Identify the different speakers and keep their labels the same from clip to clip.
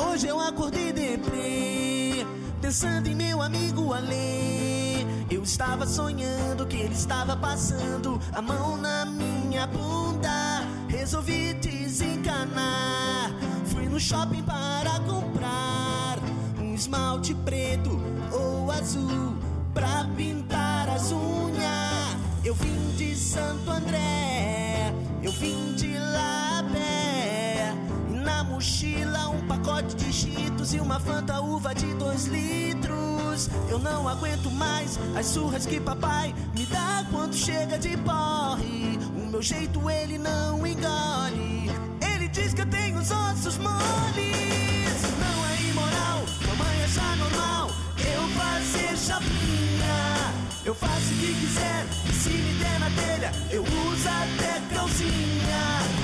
Speaker 1: Hoje eu acordei deprê, pensando em meu amigo Alê. Eu estava sonhando que ele estava passando a mão na minha bunda. Resolvi desencanar, fui no shopping para comprar um esmalte preto ou azul pra pintar as unhas. Eu vim de Santo André, eu vim de lá a pé. E na mochila um pacote de cheetos e uma fanta uva de dois litros. Eu não aguento mais as surras que papai me dá quando chega de porre. O meu jeito ele não engole. Ele diz que eu tenho os ossos moles. Não é imoral, mamãe acha normal. Eu fazer chapinha. Eu faço o que quiser, e se me der na telha, eu uso até calcinha.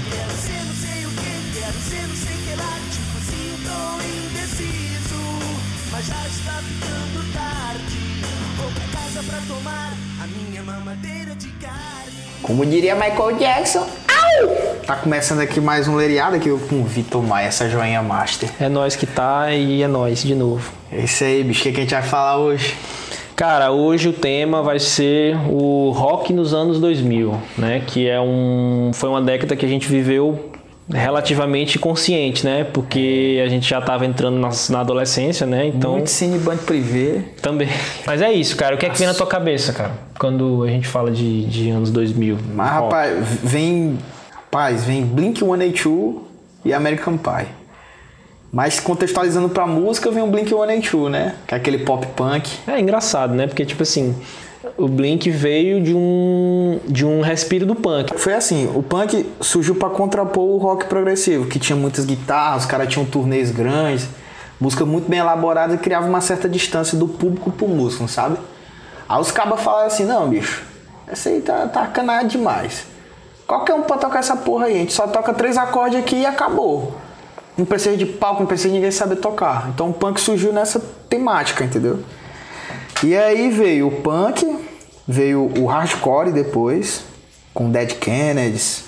Speaker 1: Quero ser não sei o que, quero ser não sei que lá, tipo assim tô indeciso. Mas já está ficando tarde, vou pra casa pra tomar a minha mamadeira de carne.
Speaker 2: Como diria Michael Jackson.
Speaker 3: Tá começando aqui mais um Leriada aqui com o Vitor Maia, essa joinha master.
Speaker 2: É nós que tá e é nós de novo.
Speaker 3: É isso aí, bicho. O que, que a gente vai falar hoje?
Speaker 2: Cara, hoje o tema vai ser o rock nos anos 2000, né? Que é um foi uma década que a gente viveu relativamente consciente, né? Porque a gente já tava entrando nas- na, adolescência, né? Então
Speaker 4: Muito cine banco privê.
Speaker 2: também. Mas é isso, cara. O que é que vem na tua cabeça, cara? Quando a gente fala de, de anos 2000?
Speaker 3: Mas,
Speaker 2: Rock.
Speaker 3: rapaz, vem. Rapaz, vem Blink 182 e American Pie. Mas contextualizando pra música, vem o Blink 182, né? Que é aquele pop punk.
Speaker 2: É engraçado, né? Porque tipo assim, o Blink veio de um de um respiro do punk.
Speaker 3: Foi assim, o punk surgiu pra contrapor o rock progressivo, que tinha muitas guitarras, os caras tinham turnês grandes, música muito bem elaborada, criava uma certa distância do público pro músico, sabe? Aí os cabas falaram assim, não, bicho, essa aí tá, tá canada demais. Qualquer um pode tocar essa porra aí, a gente só toca três acordes aqui e acabou. Não precisa de palco, não precisa de ninguém saber tocar. Então o punk surgiu nessa temática, entendeu? E aí veio o punk, veio o hardcore depois, com Dead Kennedys,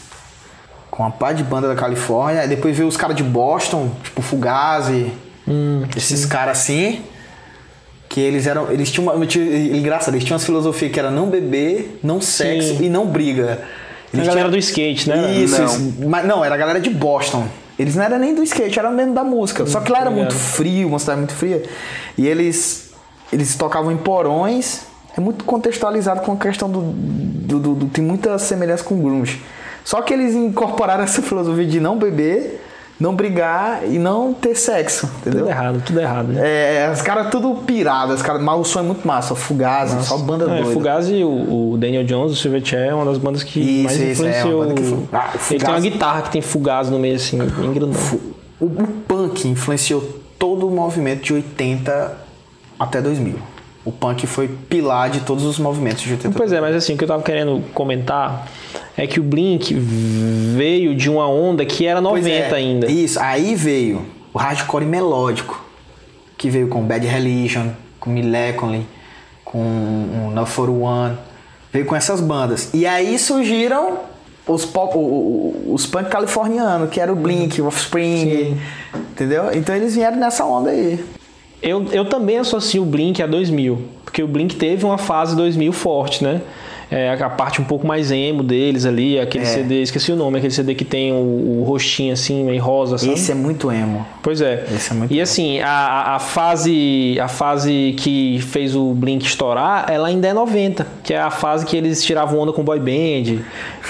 Speaker 3: com a pá de banda da Califórnia, aí depois veio os caras de Boston, tipo Fugazi,
Speaker 2: Hum,
Speaker 3: esses caras assim, que eles eram, eles tinham uma, tinha- e- engraçado, eles tinham uma filosofia que era não beber, não sexo
Speaker 2: Sim.
Speaker 3: e não briga.
Speaker 2: A
Speaker 3: Eles
Speaker 2: galera do skate, né?
Speaker 3: isso,
Speaker 4: Não.
Speaker 3: isso. Mas não, era a galera de Boston. Eles não eram nem do skate, eram mesmo da música. Só que lá era
Speaker 2: ligado.
Speaker 3: muito frio, uma cidade muito fria. E eles eles tocavam em porões. É muito contextualizado com a questão do. do- do- do- tem muita semelhança com o Grunge. Só que eles incorporaram essa filosofia de não beber, não brigar e não ter sexo, entendeu?
Speaker 2: Tudo errado, tudo errado, né?
Speaker 3: É, os caras tudo pirado, os caras, mas o som é muito massa, Fugazi, só banda
Speaker 2: Não, é,
Speaker 3: doida.
Speaker 2: Fugazi, o, o Daniel Jones, o Silverchair, é uma das bandas que
Speaker 3: Isso,
Speaker 2: mais
Speaker 3: isso, é, uma
Speaker 2: influenciou.
Speaker 3: banda que influ- Ah,
Speaker 2: Ele tem uma
Speaker 3: Fugazi-
Speaker 2: guitarra que tem Fugazi no meio, assim, bem grandão.
Speaker 3: O, o punk influenciou todo o movimento de 80 até 2000. O punk foi pilar de todos os movimentos de 80.
Speaker 2: Pois é, mas assim, o que eu tava querendo comentar é que o Blink veio de uma onda que era 90
Speaker 3: Pois é,
Speaker 2: ainda.
Speaker 3: Isso, aí veio o hardcore melódico, que veio com Bad Religion, com Millencolin, com um No For One, veio com essas bandas. E aí surgiram os, pop, o- o- o- os punk californianos, que era o Blink, o Offspring, entendeu? Então eles vieram nessa onda aí.
Speaker 2: Eu, eu também associo o Blink a 2000, porque o Blink teve uma fase 2000 forte, né? É, a parte um pouco mais emo deles ali, aquele
Speaker 3: É.
Speaker 2: CD, esqueci o nome, aquele CD que tem o, o rostinho assim, meio rosa, sabe?
Speaker 3: Esse é muito emo.
Speaker 2: Pois é.
Speaker 3: Esse é muito
Speaker 2: e
Speaker 3: bom.
Speaker 2: assim, a, a- a fase a fase que fez o Blink estourar, ela ainda é 90, que é a fase que eles tiravam onda com boy band,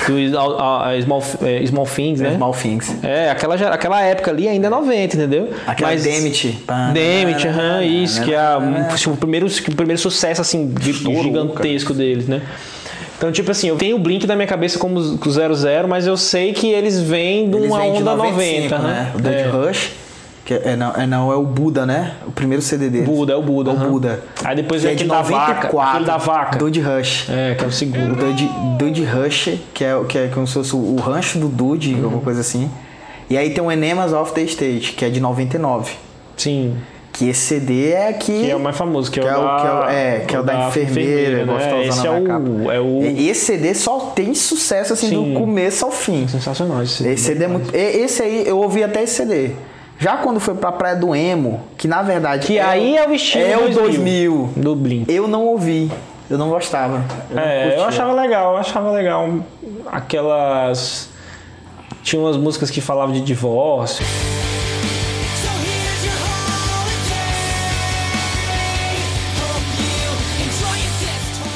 Speaker 2: do a- a- a Small, é, Small Things, né?
Speaker 3: Small Things.
Speaker 2: É, aquela, gera- aquela época ali ainda é 90, entendeu?
Speaker 3: Aquela Damage.
Speaker 2: Damage, aham, isso, que é um- assim, o, primeiro, o primeiro sucesso, assim, gi-
Speaker 3: Estourou,
Speaker 2: gigantesco deles, né? Então, tipo assim, eu tenho o Blink na minha cabeça como 00, mas eu sei que eles vêm de
Speaker 3: Eles
Speaker 2: uma
Speaker 3: vêm de
Speaker 2: onda
Speaker 3: 95,
Speaker 2: 90,
Speaker 3: né? O
Speaker 2: É.
Speaker 3: Dead Rush. Que é, não, é, não, é o Buda, né? O primeiro CD dele.
Speaker 2: Buda, é o Buda,
Speaker 3: É o
Speaker 2: aham.
Speaker 3: Buda.
Speaker 2: Aí depois
Speaker 3: Que é
Speaker 2: vem aquele da vaca, aquele da vaca.
Speaker 3: Dude Rush.
Speaker 2: É, que é o
Speaker 3: O
Speaker 2: segundo.
Speaker 3: Dude, Dude Rush, que é, que é como se fosse o rancho do Dude,
Speaker 2: Uhum.
Speaker 3: alguma coisa assim. E aí tem o Enemas of the State, que é de 99.
Speaker 2: Sim.
Speaker 3: Que esse CD é que...
Speaker 2: Que é o mais famoso, que é o da-
Speaker 3: que é, o- é, que é o da, enfermeira,
Speaker 2: né?
Speaker 3: gostosona
Speaker 2: Esse é
Speaker 3: na
Speaker 2: o-
Speaker 3: capa.
Speaker 2: é o-
Speaker 3: E Esse CD só tem sucesso, assim,
Speaker 2: Sim.
Speaker 3: do começo ao fim. é
Speaker 2: Sensacional esse
Speaker 3: Esse CD é muito. e- Esse aí, eu ouvi até esse CD. Já quando foi pra Praia do Emo, que na verdade.
Speaker 2: Que aí é o estilo
Speaker 3: É o
Speaker 2: 2000.
Speaker 3: 2000.
Speaker 2: Do Blink.
Speaker 3: Eu não ouvi. Eu não gostava. Eu não
Speaker 2: É, eu
Speaker 3: curtia.
Speaker 2: achava legal, eu achava legal aquelas. Tinha umas músicas que falavam de divórcio.
Speaker 4: So here's your holiday. Hope you enjoy it this time.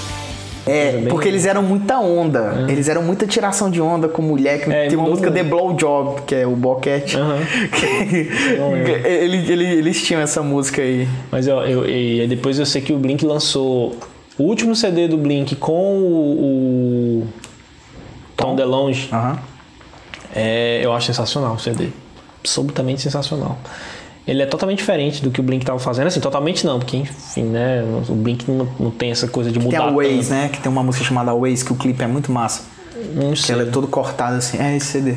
Speaker 3: É, porque eles eram muita onda. Eles eram muita tiração de onda com mulher. Que
Speaker 2: É,
Speaker 3: tem uma
Speaker 2: mudou
Speaker 3: música The
Speaker 2: muito.
Speaker 3: Blow Job, que é o boquete.
Speaker 2: Aham.
Speaker 3: que- ele- ele- eles tinham essa música aí.
Speaker 2: Mas ó, eu, e aí depois eu sei que o Blink lançou o último CD do Blink com o, o Tom DeLonge.
Speaker 3: Aham.
Speaker 2: É, eu acho sensacional o CD. Absolutamente sensacional. Ele é totalmente diferente do que o Blink tava fazendo, assim, totalmente não, porque enfim, né? O Blink não, não tem essa coisa de
Speaker 3: Tem
Speaker 2: mudar.
Speaker 3: a Waze,
Speaker 2: tanto.
Speaker 3: né? Que tem uma música chamada Waze, que o clipe é muito massa.
Speaker 2: Não
Speaker 3: Que
Speaker 2: sei.
Speaker 3: ela é todo cortada assim. É esse CD.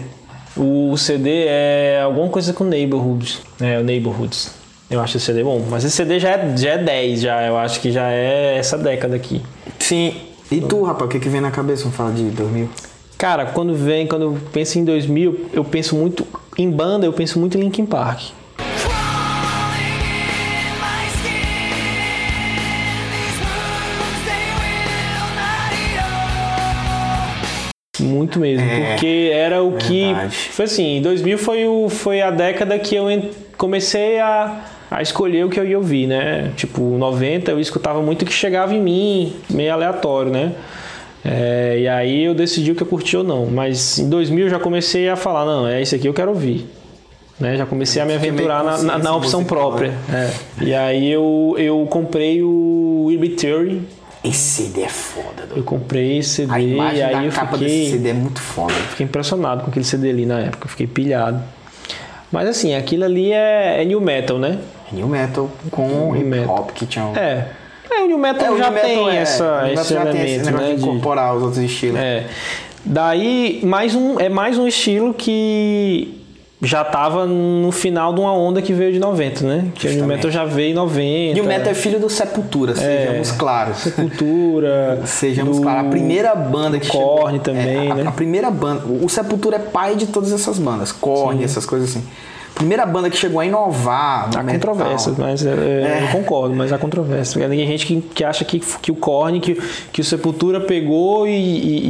Speaker 2: O CD é alguma coisa com Neighborhoods. É, o Neighborhoods. Eu acho esse CD bom. Mas esse CD já é, já é 10, já. Eu acho que já é essa década aqui.
Speaker 3: Sim. E tu, rapaz, o que, que vem na cabeça quando fala de 2000?
Speaker 2: Cara, quando vem, quando eu penso em 2000, eu penso muito em banda, eu penso muito em Linkin Park.
Speaker 4: Crawling in my skin. These wounds, they will not heal.
Speaker 2: Muito mesmo,
Speaker 3: É,
Speaker 2: porque era o
Speaker 3: verdade.
Speaker 2: que. Foi assim, 2000 foi, o, foi a década que eu en- comecei a, a escolher o que eu ia ouvir, né? Tipo, 90 eu escutava muito o que chegava em mim, meio aleatório, né? É, e aí eu decidi o que eu curti ou não. Mas em 2000 eu já comecei a falar: não, é isso aqui que eu quero ouvir. Né? Já comecei a me
Speaker 3: Fiquei meio
Speaker 2: aventurar na, na, na
Speaker 3: consciência
Speaker 2: opção
Speaker 3: musical, né?
Speaker 2: própria. É. E aí eu, eu comprei o Irby Theory,
Speaker 3: Esse CD é foda, doido.
Speaker 2: eu comprei esse CD,
Speaker 3: A
Speaker 2: e aí
Speaker 3: imagem
Speaker 2: eu
Speaker 3: da capa
Speaker 2: fiquei.
Speaker 3: desse CD é muito foda.
Speaker 2: Fiquei impressionado com aquele CD ali na época, fiquei pilhado. Mas assim, aquilo ali é, é new metal, né?
Speaker 3: New Metal com
Speaker 2: New
Speaker 3: hip
Speaker 2: metal.
Speaker 3: hop que tinha um...
Speaker 2: É. É, o new metal já
Speaker 3: new metal
Speaker 2: tem
Speaker 3: é-
Speaker 2: essa,
Speaker 3: o new metal
Speaker 2: esse
Speaker 3: já
Speaker 2: elemento,
Speaker 3: tem esse negócio
Speaker 2: né?
Speaker 3: de né?
Speaker 2: de-
Speaker 3: incorporar os outros estilos.
Speaker 2: é. Daí, mais um, é mais um estilo que já tava no final de uma onda que veio de 90, né? Que o new
Speaker 3: Justamente.
Speaker 2: metal já veio em 90.
Speaker 3: New Metal é filho do Sepultura, sejamos claros.
Speaker 2: Cultura.
Speaker 3: Sejamos
Speaker 2: do-
Speaker 3: claros, a primeira banda que chegou-
Speaker 2: Korn também,
Speaker 3: é, a,
Speaker 2: né?
Speaker 3: a primeira banda, o Sepultura é pai de todas essas bandas, Korn, essas coisas assim. Primeira banda que chegou a inovar no
Speaker 2: Há
Speaker 3: metal.
Speaker 2: controvérsias, mas é, é, eu concordo, mas há controvérsias. Tem gente que, que acha que, que o Korn, que, que o Sepultura pegou e, e-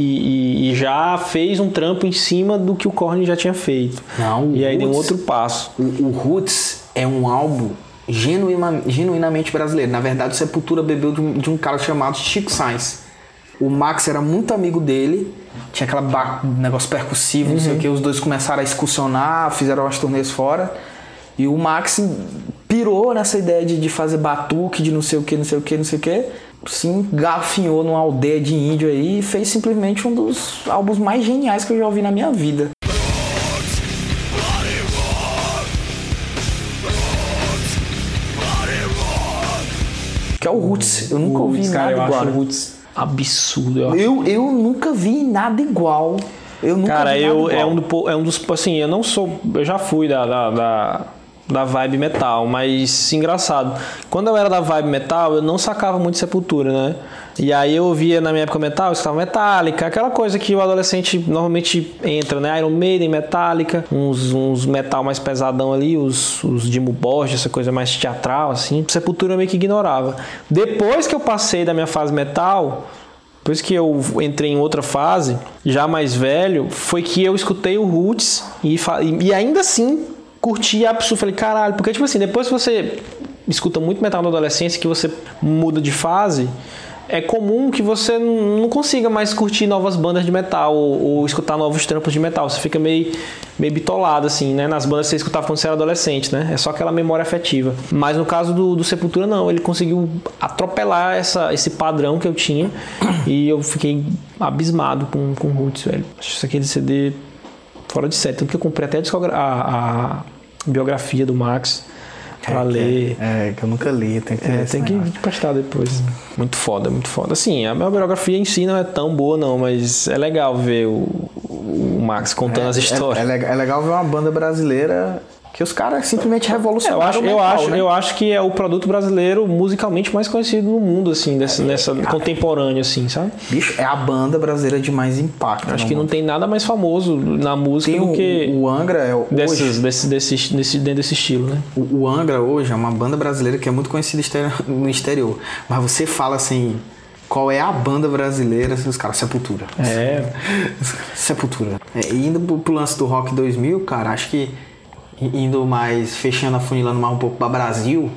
Speaker 2: e- e já fez um trampo em cima do que o Korn já tinha feito.
Speaker 3: Não,
Speaker 2: e aí deu um
Speaker 3: putz.
Speaker 2: outro passo.
Speaker 3: O, o Roots é um álbum genuína- genuinamente brasileiro. Na verdade, o Sepultura bebeu de um, de um cara chamado Chico Sainz. O Max era muito amigo dele, tinha aquele negócio percussivo, não sei o que. Os dois começaram a excursionar, fizeram umas turnês fora. E o Max pirou nessa ideia de, de fazer batuque, de não sei o que, não sei o que, não sei o que. Se engafinhou numa aldeia de índio aí e fez simplesmente um dos álbuns mais geniais que eu já ouvi na minha vida. Que é o Roots. Eu nunca ouvi
Speaker 2: Cara,
Speaker 3: nada
Speaker 2: eu
Speaker 3: igual.
Speaker 2: acho o Roots absurdo. Eu acho
Speaker 3: Eu, eu nunca vi nada igual. Eu nunca
Speaker 2: Cara,
Speaker 3: vi
Speaker 2: eu
Speaker 3: nada
Speaker 2: é
Speaker 3: igual.
Speaker 2: um, do pou- é um dos. Assim, eu não sou. Eu já fui da, da, da, da vibe metal, mas engraçado. Quando eu era da vibe metal, eu não sacava muito Sepultura, né? E aí eu via na minha época metal, eu escutava Metallica, aquela coisa que o adolescente normalmente entra, né? Iron Maiden, Metallica, uns, uns metal mais pesadão ali, os, os Dimo Borges, essa coisa mais teatral, assim. Sepultura eu meio que ignorava. Depois que eu passei da minha fase metal, depois que eu entrei em outra fase, já mais velho, foi que eu escutei o Roots e, fa- e e ainda assim curti absurdo. Falei, caralho, porque tipo assim, depois que você escuta muito metal na adolescência, que você muda de fase, é comum que você n- não consiga mais curtir novas bandas de metal ou, ou escutar novos trampos de metal. Você fica meio, meio bitolado, assim, né? Nas bandas que você escutava quando você era adolescente, né? É só aquela memória afetiva. Mas no caso do, do Sepultura, não. Ele conseguiu atropelar essa, esse padrão que eu tinha e eu fiquei abismado com, com o Roots, velho. Acho isso é aquele CD fora de série. Tanto que eu comprei até a, discogra- a- a biografia do Max pra ler.
Speaker 3: É, que eu nunca li, tem que
Speaker 2: É, tem que prestar depois. Muito foda, muito foda. Assim, a minha biografia em si não é tão boa, não, mas é legal ver o, o Max contando as histórias.
Speaker 3: É, legal ver uma banda brasileira Que os caras simplesmente
Speaker 2: É, Eu
Speaker 3: revolucionaram
Speaker 2: acho,
Speaker 3: o
Speaker 2: eu,
Speaker 3: metal,
Speaker 2: acho,
Speaker 3: né?
Speaker 2: eu acho que é o produto brasileiro musicalmente mais conhecido no mundo, assim,
Speaker 3: É.
Speaker 2: dessa, nessa contemporânea, assim, sabe?
Speaker 3: Bicho, é a banda brasileira de mais impacto.
Speaker 2: Acho
Speaker 3: no
Speaker 2: que não
Speaker 3: mundo.
Speaker 2: tem nada mais famoso na música
Speaker 3: tem
Speaker 2: do que
Speaker 3: o, o Angra é o- hoje,
Speaker 2: desses, desse, desse, desse, dentro desse estilo, né?
Speaker 3: O, o Angra hoje é uma banda brasileira que é muito conhecida exter- no exterior. Mas você fala assim, qual é a banda brasileira? assim, Os caras, Sepultura.
Speaker 2: É,
Speaker 3: Sepultura. É, e indo pro, pro lance do Rock 2000, cara, acho que i- indo mais, fechando, afunilando mais um pouco pra Brasil,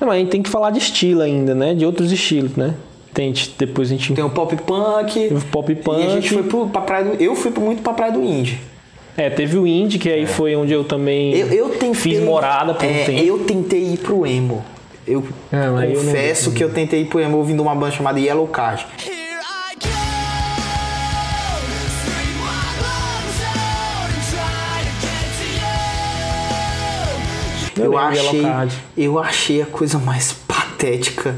Speaker 2: Não, mas a gente tem que falar de estilo ainda, né? De outros estilos, né? Tente, depois a gente.
Speaker 3: tem o pop punk.
Speaker 2: Teve o pop
Speaker 3: E a gente
Speaker 2: punk.
Speaker 3: foi pro, pra praia do, Eu fui pro- muito pra praia do Indie.
Speaker 2: É, teve o Indie, que aí foi onde eu também
Speaker 3: um Eu, eu tentei,
Speaker 2: fiz morada por
Speaker 3: é,
Speaker 2: um tempo.
Speaker 3: Eu tentei ir pro emo. Eu
Speaker 2: Ah, mas eu não-
Speaker 3: confesso que eu tentei ir pro emo ouvindo uma banda chamada Yellow Card.
Speaker 4: Here I go, scream my lungs out and try to get to you.
Speaker 2: Eu
Speaker 3: Eu,
Speaker 2: lembro de
Speaker 3: achei,
Speaker 2: Yellow Card.
Speaker 3: eu achei a coisa mais patética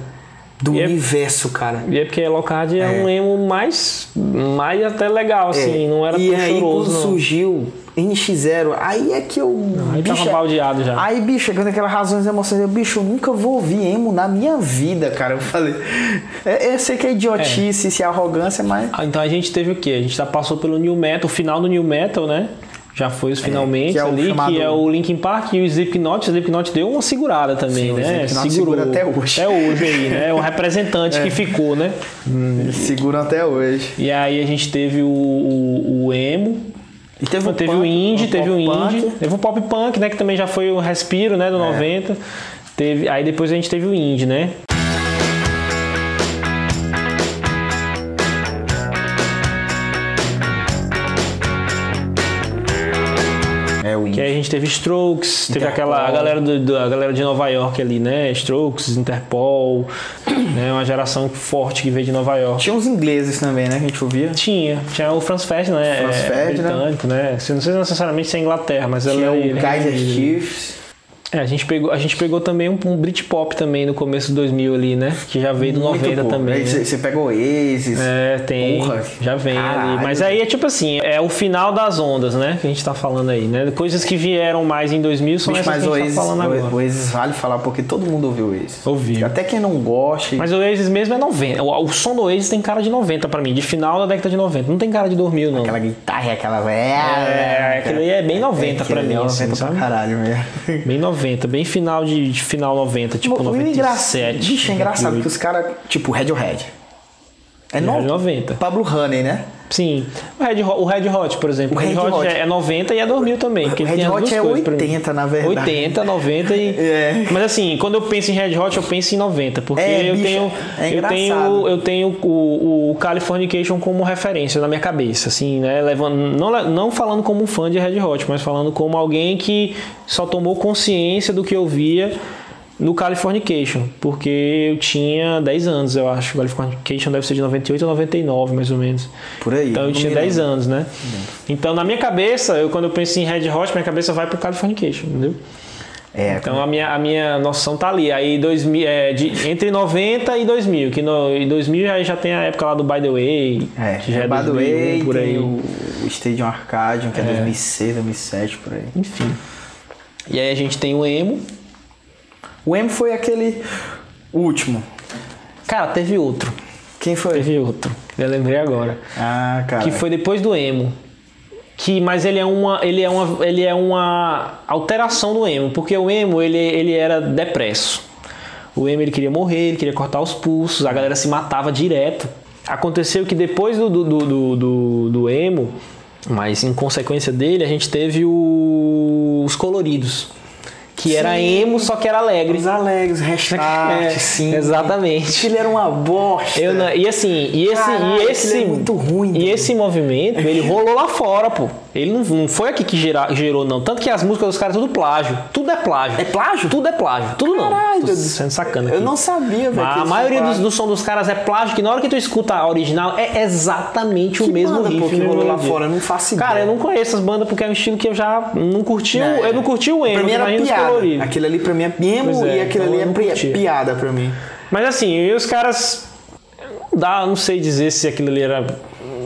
Speaker 3: do
Speaker 2: E é-
Speaker 3: universo, cara.
Speaker 2: E é porque a Locard é, um emo mais, mais até legal, assim,
Speaker 3: É,
Speaker 2: não era
Speaker 3: e
Speaker 2: tão
Speaker 3: aí
Speaker 2: choroso,
Speaker 3: quando
Speaker 2: não.
Speaker 3: surgiu NX0, aí é que eu.
Speaker 2: aí tava baldeado já.
Speaker 3: Aí, bicho, é quando aquelas razões e emoções, eu, bicho, eu nunca vou ouvir emo na minha vida, cara. Eu falei. é- Eu sei que é idiotice, se é arrogância, mas.
Speaker 2: Ah, Então a gente teve o quê? A gente já passou pelo New Metal, o final do New Metal, né? Já foi os finalmente
Speaker 3: que é o
Speaker 2: ali,
Speaker 3: chamado-
Speaker 2: que é o Linkin Park e o Slipknot. O Slipknot deu uma segurada também,
Speaker 3: Sim, o
Speaker 2: né?
Speaker 3: Slipknot segura até hoje.
Speaker 2: Até hoje aí, né? É o representante que ficou, né?
Speaker 3: Seguram até hoje.
Speaker 2: E aí a gente teve o, o, o emo.
Speaker 3: E teve,
Speaker 2: Teve, o
Speaker 3: punk,
Speaker 2: indie, teve
Speaker 3: pop
Speaker 2: o
Speaker 3: punk. É.
Speaker 2: indie. Teve o pop punk, né? Que também já foi o respiro, né? Do 90. Teve, aí depois a gente teve o indie, né?
Speaker 3: É o
Speaker 2: Que
Speaker 3: indie.
Speaker 2: aí a gente teve Strokes, teve
Speaker 3: Interpol.
Speaker 2: aquela a galera, do, do- a galera de Nova York ali, né? Strokes, Interpol, né? Uma geração forte que veio de Nova York.
Speaker 3: Tinha uns ingleses também, né? Que a gente ouvia.
Speaker 2: Tinha, tinha o Franz Ferdinand, né?
Speaker 3: Franz
Speaker 2: é,
Speaker 3: Ferdinand.
Speaker 2: britânico, né? Se- Não sei se necessariamente se é Inglaterra, mas ela
Speaker 3: Tinha
Speaker 2: é-
Speaker 3: o
Speaker 2: ele é
Speaker 3: Kaiser
Speaker 2: inglês.
Speaker 3: Chiefs.
Speaker 2: É, a gente pegou, a gente pegou também um, um Britpop também no começo de 2000 ali, né? Que já veio do
Speaker 3: Muito
Speaker 2: 90
Speaker 3: bom.
Speaker 2: também.
Speaker 3: Aí
Speaker 2: né?
Speaker 3: Você pega o Oasis.
Speaker 2: É, tem.
Speaker 3: Porra.
Speaker 2: Já vem ali.
Speaker 3: Caralho.
Speaker 2: Mas aí é tipo assim, é o final das ondas, né? Que a gente tá falando aí, né? Coisas que vieram mais em 2000 são
Speaker 3: Bicho,
Speaker 2: essas
Speaker 3: mas
Speaker 2: que
Speaker 3: o
Speaker 2: a gente
Speaker 3: Oasis,
Speaker 2: tá falando agora.
Speaker 3: o Oasis vale falar porque todo mundo ouviu o Oasis.
Speaker 2: Ouviu.
Speaker 3: Até quem não gosta.
Speaker 2: Mas o Oasis mesmo é 90. O, o som do Oasis tem cara de 90 pra mim, de final da década de 90. Não tem cara de 2000, não.
Speaker 3: Aquela guitarra, aquela.
Speaker 2: É, aquilo aí é bem 90 pra
Speaker 3: aquele
Speaker 2: mim,
Speaker 3: é 90
Speaker 2: assim,
Speaker 3: pra
Speaker 2: sabe?
Speaker 3: caralho mesmo.
Speaker 2: Bem 90, bem final de, de final 90, tipo
Speaker 3: O
Speaker 2: 97.
Speaker 3: engraçado- Bicho, é engraçado
Speaker 2: 98.
Speaker 3: que os caras. Tipo, Radiohead. É
Speaker 2: Radiohead
Speaker 3: no...
Speaker 2: 90.
Speaker 3: Pablo Honey, né?
Speaker 2: Sim. O Red, Hot- o Red Hot, por exemplo.
Speaker 3: O
Speaker 2: O Red,
Speaker 3: Red
Speaker 2: Hot,
Speaker 3: Hot.
Speaker 2: É, é 90 e é 2000 também. porque
Speaker 3: O
Speaker 2: tem
Speaker 3: Red
Speaker 2: as
Speaker 3: Hot
Speaker 2: duas
Speaker 3: é
Speaker 2: coisas pra mim.
Speaker 3: 80, na verdade.
Speaker 2: 80, 90 e.
Speaker 3: É.
Speaker 2: Mas assim, quando eu penso em Red Hot, eu penso em 90. Porque
Speaker 3: É,
Speaker 2: eu,
Speaker 3: bicho,
Speaker 2: tenho,
Speaker 3: é
Speaker 2: eu
Speaker 3: engraçado.
Speaker 2: tenho. Eu tenho o, o Californication como referência na minha cabeça, assim, né? Levando, não, le- não falando como um fã de Red Hot, mas falando como alguém que só tomou consciência do que eu via. No Californication, porque eu tinha 10 anos, eu acho. O Californication deve ser de 98 ou 99, mais ou menos.
Speaker 3: Por aí,
Speaker 2: Então eu
Speaker 3: não
Speaker 2: tinha
Speaker 3: me
Speaker 2: 10 anos, né? Então na minha cabeça, eu, quando eu penso em Red Hot, minha cabeça vai pro Californication, entendeu?
Speaker 3: É,
Speaker 2: Então a minha, a minha noção tá ali. Aí 2000, é, de- entre 90 e 2000, que no, em 2000 aí já tem a época lá do By the Way,
Speaker 3: É,
Speaker 2: que já é
Speaker 3: By the
Speaker 2: 2001
Speaker 3: Way,
Speaker 2: por aí.
Speaker 3: tem o o Stadium Arcadium, que é, 2006, 2007, por aí.
Speaker 2: Enfim. E aí a gente tem o emo.
Speaker 3: O Emo foi aquele último.
Speaker 2: Cara, teve outro.
Speaker 3: Quem foi?
Speaker 2: Teve outro. Eu lembrei agora.
Speaker 3: Ah, cara.
Speaker 2: que foi depois do emo. Que, mas ele é uma ele é uma ele é uma alteração do emo, porque o emo ele, ele era depresso. O emo ele queria morrer, ele queria cortar os pulsos, a galera se matava direto. Aconteceu que depois do do, do, do, do- do emo, mas em consequência dele, a gente teve o- os coloridos, que era emo só que era alegre.
Speaker 3: Os Alegres, Restart,
Speaker 2: É,
Speaker 3: Ah, sim.
Speaker 2: exatamente.
Speaker 3: Ele era uma bosta.
Speaker 2: Eu não- e assim, e esse,
Speaker 3: Caralho,
Speaker 2: e esse
Speaker 3: ele é muito ruim,
Speaker 2: E
Speaker 3: né?
Speaker 2: esse movimento, ele rolou lá fora, pô. Ele não, não foi aqui que gera- gerou não, tanto que as músicas dos caras é tudo plágio, tudo é plágio.
Speaker 3: É plágio?
Speaker 2: Tudo é plágio, tudo não.
Speaker 3: Caralho,
Speaker 2: Tô sendo sacana
Speaker 3: Eu
Speaker 2: aqui.
Speaker 3: não sabia, velho. que
Speaker 2: A
Speaker 3: eles
Speaker 2: maioria dos,
Speaker 3: falaram.
Speaker 2: do som dos caras é plágio, que na hora que tu escuta a original é exatamente
Speaker 3: Que
Speaker 2: o mesmo
Speaker 3: banda, pô,
Speaker 2: riff.
Speaker 3: que
Speaker 2: mesmo
Speaker 3: rolou lá
Speaker 2: melodia.
Speaker 3: fora? Eu não faço
Speaker 2: Cara, eu
Speaker 3: ideia.
Speaker 2: não conheço as bandas porque é um estilo que eu já não curti. o-
Speaker 3: É.
Speaker 2: Eu não curti o
Speaker 3: Pra
Speaker 2: emo,
Speaker 3: mim era
Speaker 2: imagina os
Speaker 3: piada.
Speaker 2: coloridos.
Speaker 3: Aquilo ali pra mim é emo
Speaker 2: Pois é,
Speaker 3: e aquilo
Speaker 2: então
Speaker 3: ali
Speaker 2: eu
Speaker 3: é
Speaker 2: não
Speaker 3: pri-
Speaker 2: curtia.
Speaker 3: piada pra mim.
Speaker 2: Mas assim, e os caras. Dá, não sei dizer se aquilo ali era.